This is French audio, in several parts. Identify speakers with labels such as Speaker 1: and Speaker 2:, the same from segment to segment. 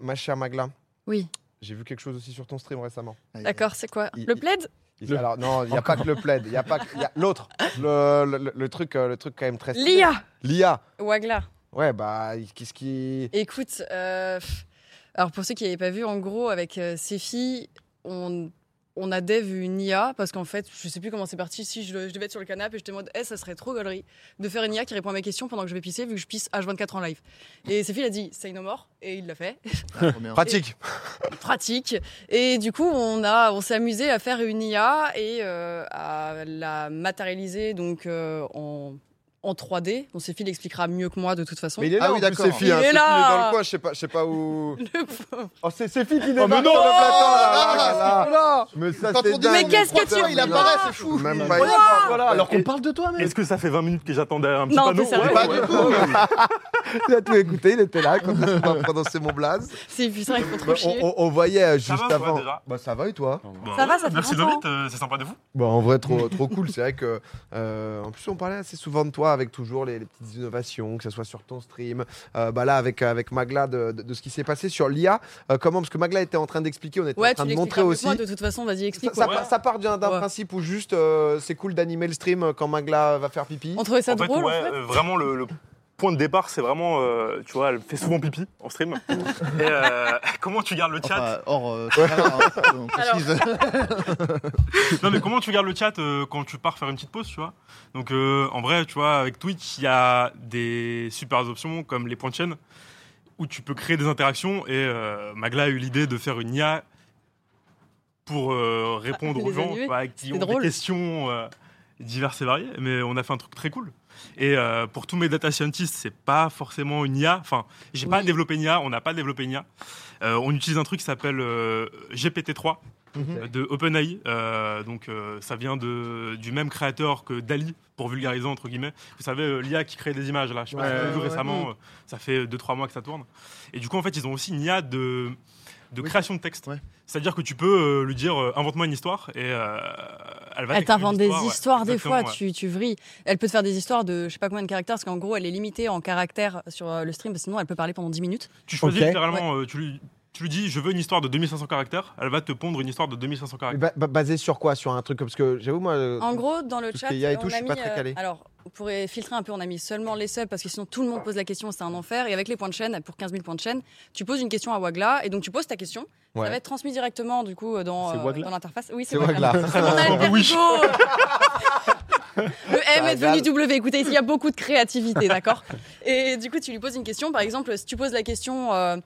Speaker 1: ma chère Magla,
Speaker 2: Oui.
Speaker 1: j'ai vu quelque chose aussi sur ton stream récemment.
Speaker 3: Ah,
Speaker 2: D'accord, c'est quoi
Speaker 1: Il-
Speaker 2: Le
Speaker 1: il-
Speaker 2: plaid
Speaker 1: Il-
Speaker 4: Le-
Speaker 1: Alors non, il n'y a pas que le plaid, il n'y a pas que il y a l'autre, le, le- le- le truc, euh, le truc quand même très. stylé.
Speaker 2: L'IA
Speaker 1: L'IA.
Speaker 2: Wagla.
Speaker 1: Ouais, bah il- qu'est-ce qui.
Speaker 2: Écoute, euh, pff, alors pour ceux qui n'avaient pas vu, en gros, avec euh, ces filles, on, on a dev une IA parce qu'en fait, je sais plus comment c'est parti. Si je, le- je devais être sur le canapé et j'étais en mode, Eh, ça serait trop galerie de faire une IA qui répond à mes questions pendant que je vais pisser, vu que je pisse H24 en live. Et ces filles a dit, say no more, et il l'a fait.
Speaker 1: Pratique.
Speaker 2: pratique. Et du coup, on, a, on s'est amusé à faire une IA et euh, à la matérialiser donc euh, en, en 3D. On sait, Phil expliquera mieux que moi de toute façon.
Speaker 1: Mais il est là,
Speaker 3: Ah oui,
Speaker 1: en plus,
Speaker 3: d'accord.
Speaker 1: Séphie,
Speaker 2: Il
Speaker 1: hein.
Speaker 2: est
Speaker 1: Séphie,
Speaker 2: là.
Speaker 1: dans le coin, je sais pas, je sais pas où.
Speaker 2: Le pauvre.
Speaker 1: Oh, c'est Séphie qui
Speaker 4: mais
Speaker 1: débarque
Speaker 4: non
Speaker 1: sur le plateau là,
Speaker 3: Ah,
Speaker 1: là, là, là.
Speaker 3: Non
Speaker 1: Mais ça,
Speaker 3: Quand
Speaker 1: c'est
Speaker 3: on dit
Speaker 1: dingue.
Speaker 2: Mais qu'est-ce que tu
Speaker 3: il apparaît, c'est fou
Speaker 1: Même pas.
Speaker 4: Voilà, alors qu'on
Speaker 3: Ah, parle de toi, mais
Speaker 4: Est-ce que ça fait 20 minutes que j'attendais un petit
Speaker 2: Non,
Speaker 4: panneau
Speaker 2: t'es sérieux
Speaker 4: Ouais,
Speaker 3: Pas
Speaker 4: ouais.
Speaker 3: du tout
Speaker 1: Il a tout écouté, il était là quand on a prononcé mon blaze.
Speaker 2: C'est puissant, il faut
Speaker 1: Bah,
Speaker 2: trop
Speaker 1: on,
Speaker 2: chier.
Speaker 1: on- on voyait euh, juste
Speaker 4: Ça va, toi,
Speaker 1: avant.
Speaker 4: déjà
Speaker 1: bah, ça va et toi
Speaker 2: Ça va, ça fait
Speaker 4: Merci
Speaker 2: longtemps. hein.
Speaker 4: Domit, euh, c'est sympa de vous.
Speaker 1: bah, En vrai, trop, trop cool. C'est vrai que. euh, en plus, on parlait assez souvent de toi avec toujours les, les petites innovations, que ce soit sur ton stream. euh, bah, là, avec, avec Magla, de, de- de ce qui s'est passé sur l'IA. Euh, comment Parce que Magla était en train d'expliquer, on était en
Speaker 2: Ouais, tu
Speaker 1: train de
Speaker 2: l'expliqueras
Speaker 1: montrer
Speaker 2: mieux que
Speaker 1: aussi.
Speaker 2: moi de toute façon, vas-y,
Speaker 1: Ça,
Speaker 2: explique.
Speaker 1: ça
Speaker 2: quoi.
Speaker 1: part- ça part d'un d'un
Speaker 2: Ouais.
Speaker 1: principe où juste euh, c'est cool d'animer le stream quand Magla va faire pipi.
Speaker 2: On trouvait ça
Speaker 4: en fait,
Speaker 2: drôle,
Speaker 4: ouais,
Speaker 2: en fait.
Speaker 4: euh, vraiment le, le point de départ, c'est vraiment, euh, tu vois, elle fait souvent pipi en stream. Et, euh, comment tu gardes le chat
Speaker 3: Enfin, hors, euh, caméra, hein, on précise.
Speaker 4: Non mais comment tu gardes le chat euh, quand tu pars faire une petite pause, tu vois Donc euh, en vrai, tu vois, avec Twitch, il y a des super options comme les points de chaîne où tu peux créer des interactions et euh, Magla a eu l'idée de faire une IA pour euh, répondre
Speaker 2: Les
Speaker 4: aux gens
Speaker 2: animer,
Speaker 4: tu vois, qui
Speaker 2: Ah, c'était
Speaker 4: ont
Speaker 2: drôle.
Speaker 4: des questions euh, diverses et variées, mais on a fait un truc très cool. Et euh, pour tous mes data scientists, c'est pas forcément une IA. Enfin, j'ai pas
Speaker 2: Oui.
Speaker 4: développé une IA, on n'a pas développé une IA. Euh, on utilise un truc qui s'appelle euh, GPT-3
Speaker 1: Mhm.
Speaker 4: de OpenAI. Euh, donc euh, ça vient de, du même créateur que Dali, pour vulgariser entre guillemets. Vous savez, euh, l'IA qui crée des images, là, je sais pas
Speaker 1: Ouais,
Speaker 4: si vous avez vu
Speaker 1: ouais, ouais.
Speaker 4: récemment, euh, ça fait 2-3 mois que ça tourne. Et du coup, en fait, ils ont aussi une IA de, de
Speaker 3: Oui.
Speaker 4: création de texte.
Speaker 3: Ouais.
Speaker 4: C'est-à-dire que tu peux euh, lui dire euh, invente-moi une histoire et euh, elle va
Speaker 2: Elle
Speaker 4: t'écrire
Speaker 2: t'invente
Speaker 4: une
Speaker 2: des
Speaker 4: histoire, ouais.
Speaker 2: histoires des
Speaker 4: Exactement,
Speaker 2: fois,
Speaker 4: ouais.
Speaker 2: tu, tu vrilles. Elle peut te faire des histoires de je sais pas combien de caractères, parce qu'en gros, elle est limitée en caractères sur euh, le stream, parce que sinon elle peut parler pendant 10 minutes.
Speaker 4: Tu choisis
Speaker 1: Ok.
Speaker 4: littéralement, euh, tu, lui, tu lui dis je veux une histoire de 2500 caractères, elle va te pondre une histoire de 2500
Speaker 1: Mais
Speaker 4: caractères.
Speaker 1: ba- ba- basé sur quoi Sur un truc parce que j'avoue moi. euh,
Speaker 2: En gros, dans le
Speaker 1: Tout ce
Speaker 2: chat,
Speaker 1: qui est IA et
Speaker 2: on
Speaker 1: tout, je
Speaker 2: a
Speaker 1: suis pas
Speaker 2: mis,
Speaker 1: très
Speaker 2: euh,
Speaker 1: calé.
Speaker 2: alors, pour filtrer un peu, on a mis seulement les subs parce que sinon tout le monde pose la question, c'est un enfer. Et avec les points de chaîne, pour 15 000 points de chaîne, tu poses une question à Wagla et donc tu poses ta question.
Speaker 1: Ouais.
Speaker 2: Ça va être transmis directement du coup dans,
Speaker 1: C'est
Speaker 2: euh,
Speaker 1: Wagla
Speaker 2: dans l'interface. Oui,
Speaker 1: C'est
Speaker 2: c'est
Speaker 1: vrai que là.
Speaker 2: Wagla. On a le
Speaker 4: Ah, bah Oui. Bah,
Speaker 2: Vertigo. Le M
Speaker 1: Ça
Speaker 2: est devenu
Speaker 1: régale.
Speaker 2: W. Écoutez, il y a beaucoup de créativité, d'accord Et du coup, tu lui poses une question. Par exemple, si tu poses la question, euh,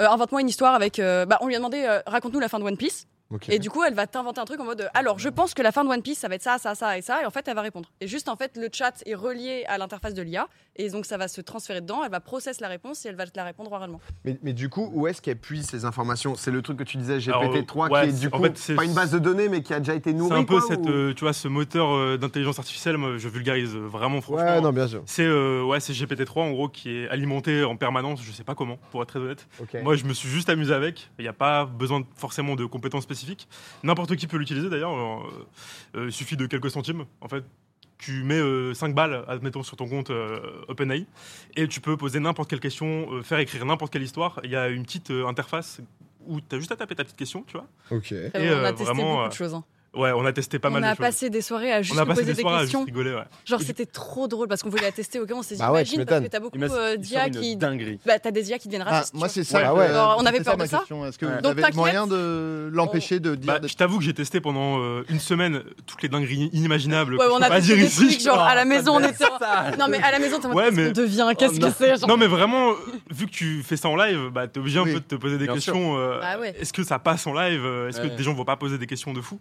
Speaker 2: euh, invente-moi une histoire avec. euh, bah, on lui a demandé, euh, raconte-nous la fin de One Piece.
Speaker 1: Ok.
Speaker 2: Et du coup, elle va t'inventer un truc en mode euh, alors, je pense que la fin de One Piece, ça va être ça, ça, ça et ça. Et en fait, elle va répondre. Et juste, en fait, le chat est relié à l'interface de l'IA. Et donc, ça va se transférer dedans. Elle va processer la réponse et elle va te la répondre oralement.
Speaker 1: Mais, mais du coup, où est-ce qu'elle puise ces informations C'est le truc que tu disais,
Speaker 4: Alors,
Speaker 1: GPT-3,
Speaker 4: ouais,
Speaker 1: qui est du
Speaker 4: c'est- en
Speaker 1: coup
Speaker 4: fait, c'est-
Speaker 1: pas une base de données, mais qui a déjà été
Speaker 4: C'est
Speaker 1: nourrie.
Speaker 4: un peu
Speaker 1: quoi,
Speaker 4: cette,
Speaker 1: ou-
Speaker 4: euh, tu vois, ce moteur euh, d'intelligence artificielle, moi, je vulgarise euh, vraiment franchement.
Speaker 1: Ouais, non, bien sûr.
Speaker 4: C'est euh, ouais, c'est GPT-3 en gros qui est alimenté en permanence, je sais pas comment, pour être très honnête.
Speaker 1: Ok.
Speaker 4: Moi, je me suis juste amusé avec. Il n'y a pas besoin de- forcément de compétences spécifiques. N'importe qui peut l'utiliser d'ailleurs. euh, euh, il suffit de quelques centimes. En fait, tu mets 5 balles, admettons, sur ton compte euh, OpenAI et tu peux poser n'importe quelle question, euh, faire écrire n'importe quelle histoire. Il y a une petite euh, interface où tu as juste à taper ta petite question, tu vois.
Speaker 1: Ok.
Speaker 2: Enfin, on
Speaker 4: euh,
Speaker 2: a testé
Speaker 4: vraiment,
Speaker 2: beaucoup
Speaker 4: euh,
Speaker 2: de choses. hein.
Speaker 4: Ouais, on a testé pas
Speaker 2: on
Speaker 4: mal de
Speaker 2: a
Speaker 4: choses.
Speaker 2: passé des soirées à juste
Speaker 4: on a
Speaker 2: lui
Speaker 4: passé
Speaker 2: poser
Speaker 4: des
Speaker 2: des,
Speaker 4: soirs à
Speaker 2: questions.
Speaker 4: juste rigoler, ouais.
Speaker 2: Genre, c'était trop drôle parce qu'on voulait la tester. Ok, on s'est dit,
Speaker 1: Bah ouais, tu
Speaker 2: imagine,
Speaker 1: m'étonnes.
Speaker 2: parce que t'as beaucoup
Speaker 5: Il m'a
Speaker 2: euh,
Speaker 5: il sort
Speaker 2: d'IA
Speaker 5: une
Speaker 2: qui.
Speaker 5: dinguerie.
Speaker 2: Bah, t'as des IA qui deviennent
Speaker 3: Ah,
Speaker 2: racistes.
Speaker 3: moi,
Speaker 2: tu
Speaker 3: c'est
Speaker 2: vois.
Speaker 3: ça.
Speaker 1: Ouais,
Speaker 3: que-
Speaker 1: ouais.
Speaker 2: Alors, on avait
Speaker 3: c'est
Speaker 2: peur
Speaker 3: ma
Speaker 2: de ça
Speaker 3: question. Est-ce que vous
Speaker 2: Donc,
Speaker 3: avez
Speaker 2: t'inquiète.
Speaker 3: moyen de l'empêcher de dire
Speaker 4: Bah,
Speaker 3: des
Speaker 4: je t'avoue que j'ai testé pendant euh, une semaine toutes les dingueries inimaginables.
Speaker 2: Ouais,
Speaker 4: que je
Speaker 2: on
Speaker 4: peux
Speaker 2: a
Speaker 4: pas
Speaker 2: testé
Speaker 4: dire
Speaker 2: des
Speaker 4: ici.
Speaker 2: trucs, genre à la
Speaker 5: ça
Speaker 2: maison, on
Speaker 5: devait
Speaker 2: était. Non, mais à la maison, t'es en mode,
Speaker 4: Ouais,
Speaker 2: qu'est-ce
Speaker 4: mais-
Speaker 2: qu'on devient Qu'est-ce que c'est genre
Speaker 4: Non mais vraiment, euh, vu que tu fais ça en live, bah, t'es obligé un
Speaker 3: Oui,
Speaker 4: peu de te poser des
Speaker 5: bien
Speaker 4: questions. euh,
Speaker 2: Bah ouais.
Speaker 4: Est-ce que ça passe en live euh, Est-ce que
Speaker 5: Ouais.
Speaker 4: des gens vont pas poser des questions de fou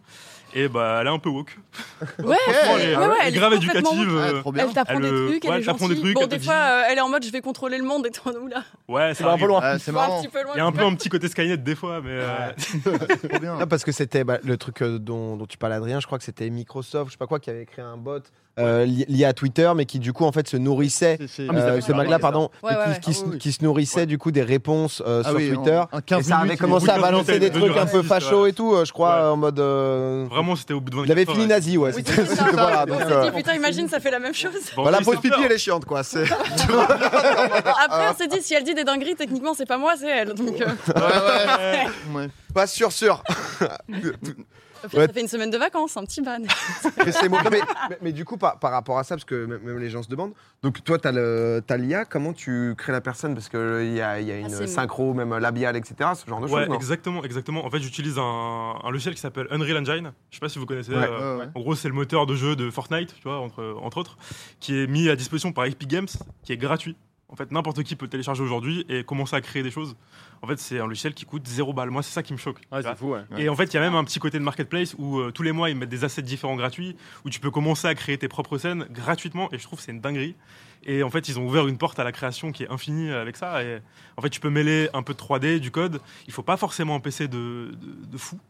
Speaker 4: Et bah elle est un peu woke.
Speaker 2: Ouais,
Speaker 4: Franchement,
Speaker 2: ouais,
Speaker 4: elle est-
Speaker 2: ouais,
Speaker 4: elle est grave
Speaker 2: complètement
Speaker 4: éducative.
Speaker 2: woke.
Speaker 4: euh,
Speaker 3: Ah, trop bien.
Speaker 2: Elle t'apprend
Speaker 4: Elle,
Speaker 2: des
Speaker 4: euh,
Speaker 2: trucs, elle
Speaker 4: ouais,
Speaker 2: est
Speaker 4: elle t'apprend
Speaker 2: gentille.
Speaker 4: des trucs,
Speaker 2: bon,
Speaker 4: elle
Speaker 2: des
Speaker 4: te
Speaker 2: fois, euh, elle est en mode, je vais contrôler le monde et t'en oula.
Speaker 4: ouais,
Speaker 5: Ça
Speaker 4: ça
Speaker 5: va un peu
Speaker 4: arrive.
Speaker 5: loin.
Speaker 3: Ah, c'est
Speaker 2: Tu vas Un
Speaker 3: marrant.
Speaker 2: petit peu loin.
Speaker 4: Il y a un peu un petit côté Skynet des fois, mais euh,
Speaker 3: Trop bien.
Speaker 1: Non, parce que c'était bah, le truc euh, dont, dont tu parlais, Adrien. Je crois que c'était Microsoft, je sais pas quoi, qui avait créé un bot euh, li- lié à Twitter, mais qui du coup en fait se nourrissait.
Speaker 3: C'est- c'est-
Speaker 5: Ah, mais ça
Speaker 1: euh,
Speaker 5: fait
Speaker 1: ce
Speaker 5: parler,
Speaker 1: mag-là,
Speaker 5: ça.
Speaker 1: pardon,
Speaker 2: Ouais,
Speaker 1: mais
Speaker 2: ouais,
Speaker 1: qui,
Speaker 2: ouais.
Speaker 1: qui se-
Speaker 3: Ah oui.
Speaker 1: qui se nourrissait du coup des réponses euh,
Speaker 3: Ah
Speaker 1: sur
Speaker 3: oui, en-
Speaker 1: Twitter.
Speaker 3: en
Speaker 1: et
Speaker 3: 15
Speaker 1: ça avait
Speaker 3: minutes,
Speaker 1: commencé
Speaker 4: il est
Speaker 1: à balancer des
Speaker 4: devenu
Speaker 1: trucs un peu
Speaker 4: raciste,
Speaker 1: facho
Speaker 4: ouais.
Speaker 1: et tout, euh, je crois,
Speaker 4: Ouais.
Speaker 1: en mode. euh,
Speaker 4: vraiment, c'était au bout de 24
Speaker 1: Il avait
Speaker 4: heures,
Speaker 1: fini
Speaker 4: ouais.
Speaker 1: nazi, ouais.
Speaker 2: Oui,
Speaker 1: c'était-
Speaker 2: c'est ça.
Speaker 1: c'était- voilà,
Speaker 2: on
Speaker 1: donc,
Speaker 2: s'est
Speaker 1: euh,
Speaker 2: dit, putain, imagine, ça fait la même chose.
Speaker 4: Bon,
Speaker 1: Voilà,
Speaker 4: oui,
Speaker 1: pause
Speaker 4: c'est
Speaker 1: pipi,
Speaker 4: peur.
Speaker 1: elle est chiante, quoi. C'est
Speaker 2: Après, on s'est dit, si elle dit des dingueries, techniquement, c'est pas moi, c'est elle. Donc, euh,
Speaker 3: Ouais, ouais. ouais.
Speaker 1: pas sûr, sûr.
Speaker 2: après,
Speaker 1: Ouais.
Speaker 2: ça fait une semaine de vacances, un petit ban.
Speaker 1: mais, c'est moi. Non, mais- mais- mais du coup, par, par rapport à ça, parce que même même les gens se demandent. Donc, toi, t'as le- t'as l'IA, comment tu crées la personne Parce qu'il y a, il y a une
Speaker 2: c'est-
Speaker 1: synchro, même euh, labiale, etc. Ce genre de
Speaker 4: Ouais,
Speaker 1: choses. non
Speaker 4: exactement, exactement. En fait, j'utilise un, un logiciel qui s'appelle Unreal Engine. Je sais pas si vous connaissez.
Speaker 1: Ouais.
Speaker 4: euh,
Speaker 3: Ouais, ouais.
Speaker 4: En gros, c'est le moteur de jeu de Fortnite, tu vois, entre, entre autres, qui est mis à disposition par Epic Games, qui est gratuit. En fait, n'importe qui peut le télécharger aujourd'hui et commencer à créer des choses. En fait, c'est un logiciel qui coûte 0 balles. Moi, c'est ça qui me choque.
Speaker 5: Ouais,
Speaker 4: tu vois.
Speaker 5: c'est fou, ouais.
Speaker 4: Et en fait, il y a même un petit côté de marketplace où euh, tous les mois, ils mettent des assets différents gratuits, où tu peux commencer à créer tes propres scènes gratuitement, et je trouve que c'est une dinguerie. Et en fait, ils ont ouvert une porte à la création qui est infinie avec ça. Et en fait, tu peux mêler un peu de 3D, du code. Il faut pas forcément un PC de, de- de fou.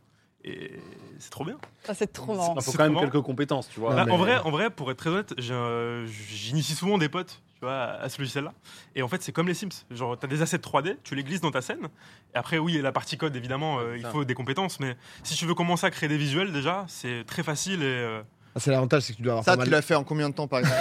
Speaker 4: Et c'est trop bien.
Speaker 2: Ah, c'est trop
Speaker 5: Il
Speaker 2: marrant.
Speaker 5: faut
Speaker 4: C'est
Speaker 5: quand même
Speaker 4: comment
Speaker 5: quelques compétences, tu vois.
Speaker 4: Bah,
Speaker 5: mais-
Speaker 4: en, vrai, en vrai, pour être très honnête, j'ai un- j'initie souvent des potes tu vois, à ce logiciel-là. Et en fait, c'est comme les Sims. Genre, tu as des assets 3D, tu les glisses dans ta scène. Et après, oui, la partie code, évidemment, euh,
Speaker 5: c'est
Speaker 4: il
Speaker 5: ça.
Speaker 4: faut des compétences. Mais si tu veux commencer à créer des visuels, déjà, c'est très facile. Et, euh,
Speaker 1: Ah, C'est l'avantage, c'est que tu dois avoir
Speaker 3: Ça,
Speaker 1: pas
Speaker 3: tu
Speaker 1: mal.
Speaker 3: l'as fait en combien de temps, par exemple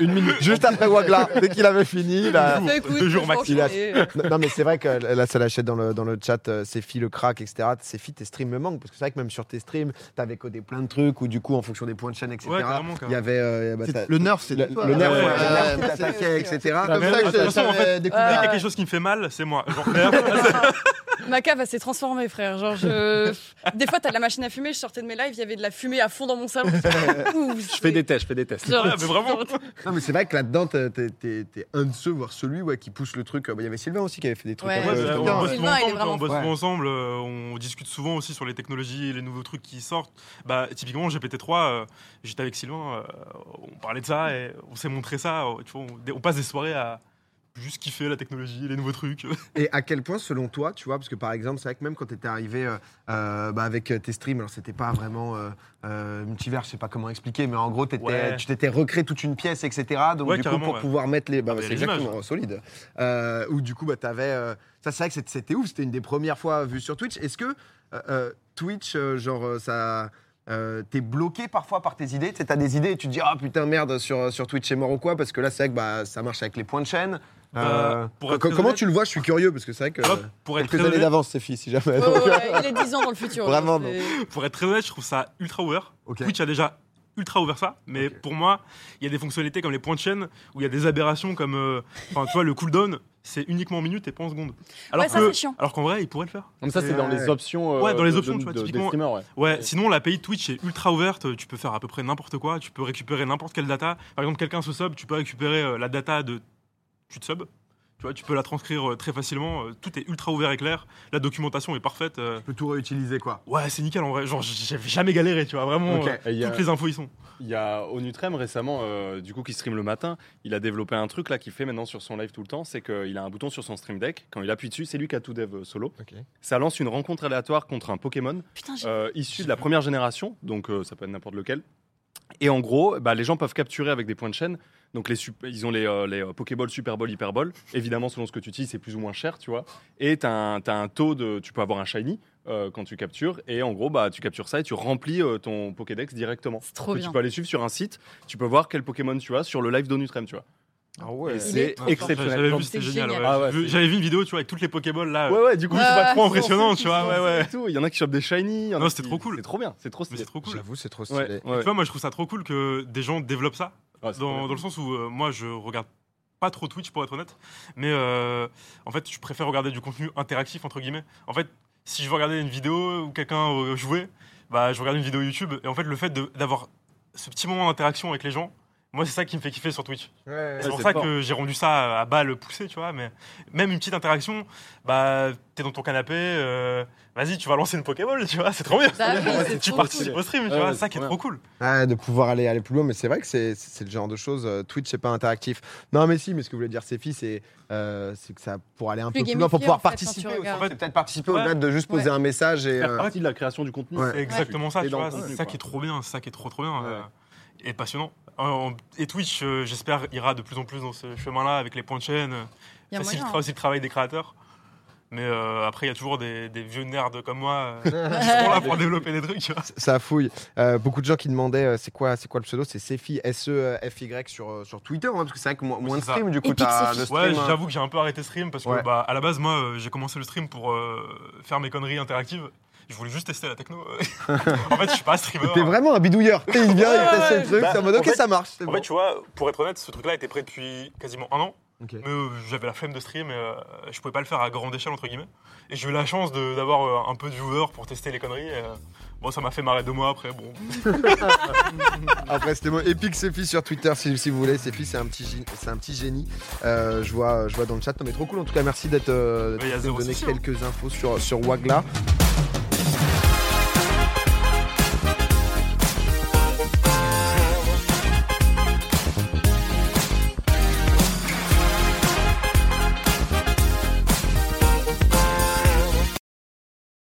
Speaker 5: Une minute.
Speaker 1: Juste après Wagla, dès qu'il avait fini, là.
Speaker 2: Ça coûte,
Speaker 4: Deux jours max.
Speaker 1: Il a-
Speaker 2: franchement, et, euh,
Speaker 1: Non, non, mais c'est vrai que là, ça l'achète dans le, dans le chat, euh, c'est filles, le crack, etc. C'est filles, tes streams me manquent. Parce que c'est vrai que même sur tes streams, t'avais codé plein de trucs ou du coup, en fonction des points de chaîne, etc.
Speaker 4: Ouais, carrément,
Speaker 1: il y
Speaker 4: carrément.
Speaker 1: avait. euh, bah, t'as-
Speaker 3: Le nerf, c'est
Speaker 1: le,
Speaker 3: toi.
Speaker 1: le nerf,
Speaker 4: Ouais,
Speaker 1: ouais,
Speaker 4: ouais,
Speaker 1: le nerf
Speaker 3: ouais.
Speaker 1: qui t'attaquait, etc.
Speaker 3: C'est comme ça que
Speaker 4: De toute
Speaker 3: je-
Speaker 4: façon, en fait,
Speaker 3: j'avais découvert.
Speaker 5: Ah
Speaker 4: Dès qu'il y a
Speaker 2: ouais.
Speaker 4: quelque chose qui me fait mal, c'est moi. Genre, d'ailleurs,
Speaker 2: Ma cave, elle s'est transformée, frère. Genre, je... Des fois, t'as de la machine à fumer, je sortais de mes lives, il y avait de la fumée à fond dans mon salon.
Speaker 5: Je fais des tests, je fais des tests.
Speaker 4: Ouais, mais vraiment.
Speaker 1: Non, mais c'est vrai que là-dedans, t'es- t'es t'es- t'es un de ceux, voire celui ouais, qui pousse le truc. Euh, bah, Il y avait Sylvain aussi qui avait fait des trucs.
Speaker 2: Ouais.
Speaker 1: un
Speaker 4: Ouais,
Speaker 1: peu-
Speaker 4: c'est-
Speaker 3: euh,
Speaker 4: on
Speaker 3: bien.
Speaker 4: bosse
Speaker 2: Sylvain,
Speaker 4: souvent
Speaker 2: il est
Speaker 4: ensemble,
Speaker 2: vraiment
Speaker 4: on bosse
Speaker 1: fort.
Speaker 4: souvent ensemble, euh, on discute souvent aussi sur les technologies, et les nouveaux trucs qui sortent. Bah, typiquement, GPT-3, euh, j'étais avec Sylvain, euh, on parlait de ça et on s'est montré ça. euh, tu vois, on, on passe des soirées à juste kiffer la technologie, les nouveaux trucs.
Speaker 1: Et à quel point, selon toi, tu vois, parce que par exemple, c'est vrai que même quand tu étais arrivé euh, euh, bah, avec euh, tes streams, alors c'était pas vraiment euh, euh, multivers, je sais pas comment expliquer, mais en gros, t'étais-
Speaker 4: Ouais.
Speaker 1: tu t'étais recréé toute une pièce, etc. Donc,
Speaker 4: Ouais,
Speaker 1: du coup,
Speaker 4: carrément,
Speaker 1: pour
Speaker 4: ouais.
Speaker 1: pouvoir mettre les. Bah,
Speaker 4: Ah, mais
Speaker 1: c'est
Speaker 4: les
Speaker 1: exactement euh, solide. Euh, Ou du coup, bah, t'avais. euh, ça, c'est vrai que c'était- c'était ouf, c'était une des premières fois vues sur Twitch. Est-ce que euh, euh, Twitch, euh, genre, euh, ça. euh, t'es bloqué parfois par tes idées, tu sais, t'as des idées et tu te dis ah putain merde sur, sur Twitch c'est mort ou quoi parce que là c'est vrai que bah, ça marche avec les points de chaîne.
Speaker 4: Bah,
Speaker 1: Euh,
Speaker 4: pour
Speaker 1: co-
Speaker 4: être très
Speaker 1: comment
Speaker 4: honnête-
Speaker 1: tu le vois Je suis curieux parce que c'est vrai que
Speaker 4: Hop, pour, être
Speaker 1: quelques
Speaker 4: très
Speaker 1: années
Speaker 4: honnête,
Speaker 1: d'avance, ces filles, si jamais.
Speaker 2: Ouais, ouais, ouais, il est 10 ans dans le futur.
Speaker 1: Vraiment,
Speaker 2: donc,
Speaker 1: non.
Speaker 2: c'est-
Speaker 4: pour être très honnête, je trouve ça ultra ouvert.
Speaker 1: Ok.
Speaker 4: Twitch a déjà ultra ouvert ça, mais
Speaker 1: Ok.
Speaker 4: pour moi, il y a des fonctionnalités comme les points de chaîne où il y a des aberrations comme, euh, enfin, tu vois, le cooldown, c'est uniquement en minutes et pas en secondes. Alors
Speaker 2: Ouais, ça,
Speaker 4: que-
Speaker 2: c'est chiant.
Speaker 4: alors qu'en vrai, ils pourraient le faire.
Speaker 5: Comme ça, c'est dans
Speaker 1: Ouais.
Speaker 5: les options. euh,
Speaker 4: Ouais, dans les
Speaker 5: de-
Speaker 4: options,
Speaker 5: de-
Speaker 4: tu vois,
Speaker 5: de- des
Speaker 4: typiquement.
Speaker 5: streamers, ouais.
Speaker 4: Ouais,
Speaker 5: Ouais.
Speaker 4: sinon l'API Twitch est ultra ouverte, tu peux faire à peu près n'importe quoi, tu peux récupérer n'importe quelle data. Par exemple, quelqu'un se sub, tu peux récupérer euh, la data de tu te sub. Tu vois, tu peux la transcrire euh, très facilement, euh, tout est ultra ouvert et clair, la documentation est parfaite. euh,
Speaker 1: peux tout réutiliser, quoi.
Speaker 4: Ouais, c'est nickel en vrai, genre j'avais jamais galéré, tu vois, vraiment
Speaker 1: Ok.
Speaker 4: euh,
Speaker 5: Et il y a-
Speaker 4: toutes les infos y sont.
Speaker 5: Il y a Onutrem récemment, euh, du coup, qui stream le matin. Il a développé un truc là qu'il fait maintenant sur son live tout le temps. C'est qu'il a un bouton sur son stream deck. Quand il appuie dessus, c'est lui qui a tout dev euh, solo.
Speaker 1: Ok.
Speaker 5: Ça lance une rencontre aléatoire contre un Pokémon
Speaker 2: Putain, j'ai-
Speaker 5: euh, issu de la première génération. Donc euh, ça peut être n'importe lequel. Et en gros, bah, les gens peuvent capturer avec des points de chaîne. Donc les sup- ils ont les, euh, les euh, Pokéballs, Super Bowl, Hyper Bowl. Évidemment, selon ce que tu utilises, c'est plus ou moins cher, tu vois. Et tu as, un taux de... Tu peux avoir un shiny euh, quand tu captures. Et en gros, bah, tu captures ça et tu remplis euh, ton Pokédex directement.
Speaker 2: c'est trop
Speaker 5: Que
Speaker 2: bien.
Speaker 5: tu peux aller suivre sur un site, tu peux voir quel Pokémon tu as sur le live d'Onutrem, tu vois.
Speaker 1: Ah
Speaker 5: Et
Speaker 1: ouais.
Speaker 2: Il est
Speaker 5: c'est
Speaker 2: trop fort.
Speaker 4: J'avais
Speaker 5: exceptionnel.
Speaker 4: vu, c'était
Speaker 2: C'est
Speaker 4: génial.
Speaker 2: génial.
Speaker 4: ouais.
Speaker 5: Ah ouais,
Speaker 4: J'ai vu-
Speaker 5: c'est-
Speaker 4: J'avais vu une vidéo, tu vois, avec toutes les Pokéballs là.
Speaker 5: Ouais, ouais, du coup,
Speaker 2: Ouais,
Speaker 5: c'est pas
Speaker 2: ouais,
Speaker 5: trop
Speaker 2: c'est
Speaker 5: impressionnant,
Speaker 2: censé
Speaker 5: tu vois.
Speaker 2: qu'ils
Speaker 5: Ouais,
Speaker 2: sont
Speaker 5: ouais. Il y en a qui chopent des shiny. il y en a
Speaker 4: Non, c'était
Speaker 5: qui-
Speaker 4: trop cool.
Speaker 5: C'est trop bien, c'est trop
Speaker 4: Mais
Speaker 5: stylé.
Speaker 4: c'est trop cool.
Speaker 1: J'avoue, c'est trop stylé.
Speaker 5: Ouais, ouais.
Speaker 4: Tu vois, moi je trouve ça trop cool que des gens développent ça.
Speaker 5: Ah, c'est trop
Speaker 4: dans,
Speaker 5: bien.
Speaker 4: dans le sens où euh, moi je regarde pas trop Twitch pour être honnête, mais euh, en fait je préfère regarder du contenu interactif entre guillemets. En fait, si je veux regarder une vidéo ou quelqu'un euh, jouer, bah je regarde une vidéo YouTube et en fait le fait de- d'avoir ce petit moment d'interaction avec les gens, moi c'est ça qui me fait kiffer sur Twitch.
Speaker 1: Ouais.
Speaker 4: C'est pour
Speaker 5: c'est
Speaker 4: ça
Speaker 5: fort.
Speaker 4: que j'ai rendu ça à balle poussée, tu vois. Mais même une petite interaction, bah t'es dans ton canapé, euh, vas-y tu vas lancer une Pokéball, tu vois, c'est trop bien.
Speaker 2: Bah oui, c'est
Speaker 4: tu
Speaker 2: trop
Speaker 4: participes
Speaker 5: cool.
Speaker 4: au stream, tu
Speaker 5: Ouais,
Speaker 4: vois,
Speaker 5: c'est
Speaker 4: ça qui est
Speaker 5: trop
Speaker 4: trop cool.
Speaker 1: Ouais, Ah, de pouvoir aller, aller plus loin, mais c'est vrai que c'est c'est le genre de choses. euh, Twitch, c'est pas interactif. Non, mais si, mais ce que voulait dire ces filles, c'est euh, c'est que ça pour aller un
Speaker 2: Plus
Speaker 1: peu plus loin, pour
Speaker 2: gamifié,
Speaker 1: pouvoir
Speaker 2: en fait, quand
Speaker 1: participer.
Speaker 2: tu
Speaker 1: aussi.
Speaker 2: regardes.
Speaker 1: C'est peut-être participer
Speaker 4: Ouais.
Speaker 1: au-delà de juste poser
Speaker 2: Ouais.
Speaker 1: un message et.
Speaker 5: Faire
Speaker 1: euh,
Speaker 5: partie de la création du contenu.
Speaker 1: Ouais.
Speaker 4: C'est exactement ça,
Speaker 5: Et
Speaker 4: tu
Speaker 5: dans le
Speaker 4: vois.
Speaker 5: contenu,
Speaker 4: C'est ça
Speaker 5: quoi.
Speaker 4: qui est trop bien, c'est ça qui est trop trop bien.
Speaker 1: Ouais.
Speaker 4: euh, et passionnant. Euh, et Twitch, euh, j'espère, ira de plus en plus dans ce chemin-là avec les points de chaîne.
Speaker 2: Il y a moyen,
Speaker 4: facilitera
Speaker 2: hein.
Speaker 4: aussi le travail des créateurs. Mais euh, après, il y a toujours des, des vieux nerds comme moi euh, qui sont là pour développer des trucs. tu vois.
Speaker 1: Ça fouille. Euh, beaucoup de gens qui demandaient euh, c'est quoi, c'est quoi le pseudo C'est Sefi, S-E-F-Y sur, euh, sur Twitter, hein, parce que c'est vrai que mo-
Speaker 4: Oui,
Speaker 1: moins de
Speaker 4: c'est ça.
Speaker 1: stream du coup.
Speaker 2: Epic
Speaker 1: T'as
Speaker 2: Sefi.
Speaker 1: le
Speaker 4: Ouais,
Speaker 1: stream. hein.
Speaker 4: j'avoue que j'ai un peu arrêté stream parce que
Speaker 1: Ouais.
Speaker 4: bah, à la base, moi, euh, j'ai commencé le stream pour euh, faire mes conneries interactives. Je voulais juste tester la techno. en fait, je suis pas streamer. hein.
Speaker 1: T'es vraiment un bidouilleur. T'es- Il vient, il
Speaker 2: Ouais,
Speaker 1: teste
Speaker 2: ouais,
Speaker 1: le truc.
Speaker 4: ouais.
Speaker 1: c'est en mode
Speaker 4: Bah,
Speaker 1: ok, ça marche. c'est
Speaker 4: En
Speaker 1: bon.
Speaker 4: fait, tu vois, pour être honnête, ce truc-là était prêt depuis quasiment un an.
Speaker 1: Ok.
Speaker 4: Mais euh, j'avais la flemme de stream et euh, je pouvais pas le faire à grande échelle, entre guillemets. Et j'ai eu la chance de- d'avoir euh, un peu de viewers pour tester les conneries. et, euh, bon, ça m'a fait marrer deux mois après. Bon,
Speaker 1: Après, c'était moi. Epic Sefi sur Twitter, si, si vous voulez. Sefi, c'est un petit, gé- c'est un petit génie. Euh, je vois, je vois dans le chat. Non, mais trop cool. En tout cas, merci d'être, euh,
Speaker 4: Mais il y a
Speaker 1: de
Speaker 4: zéro
Speaker 1: donner
Speaker 4: souci, hein.
Speaker 1: quelques infos sur, sur Wagla.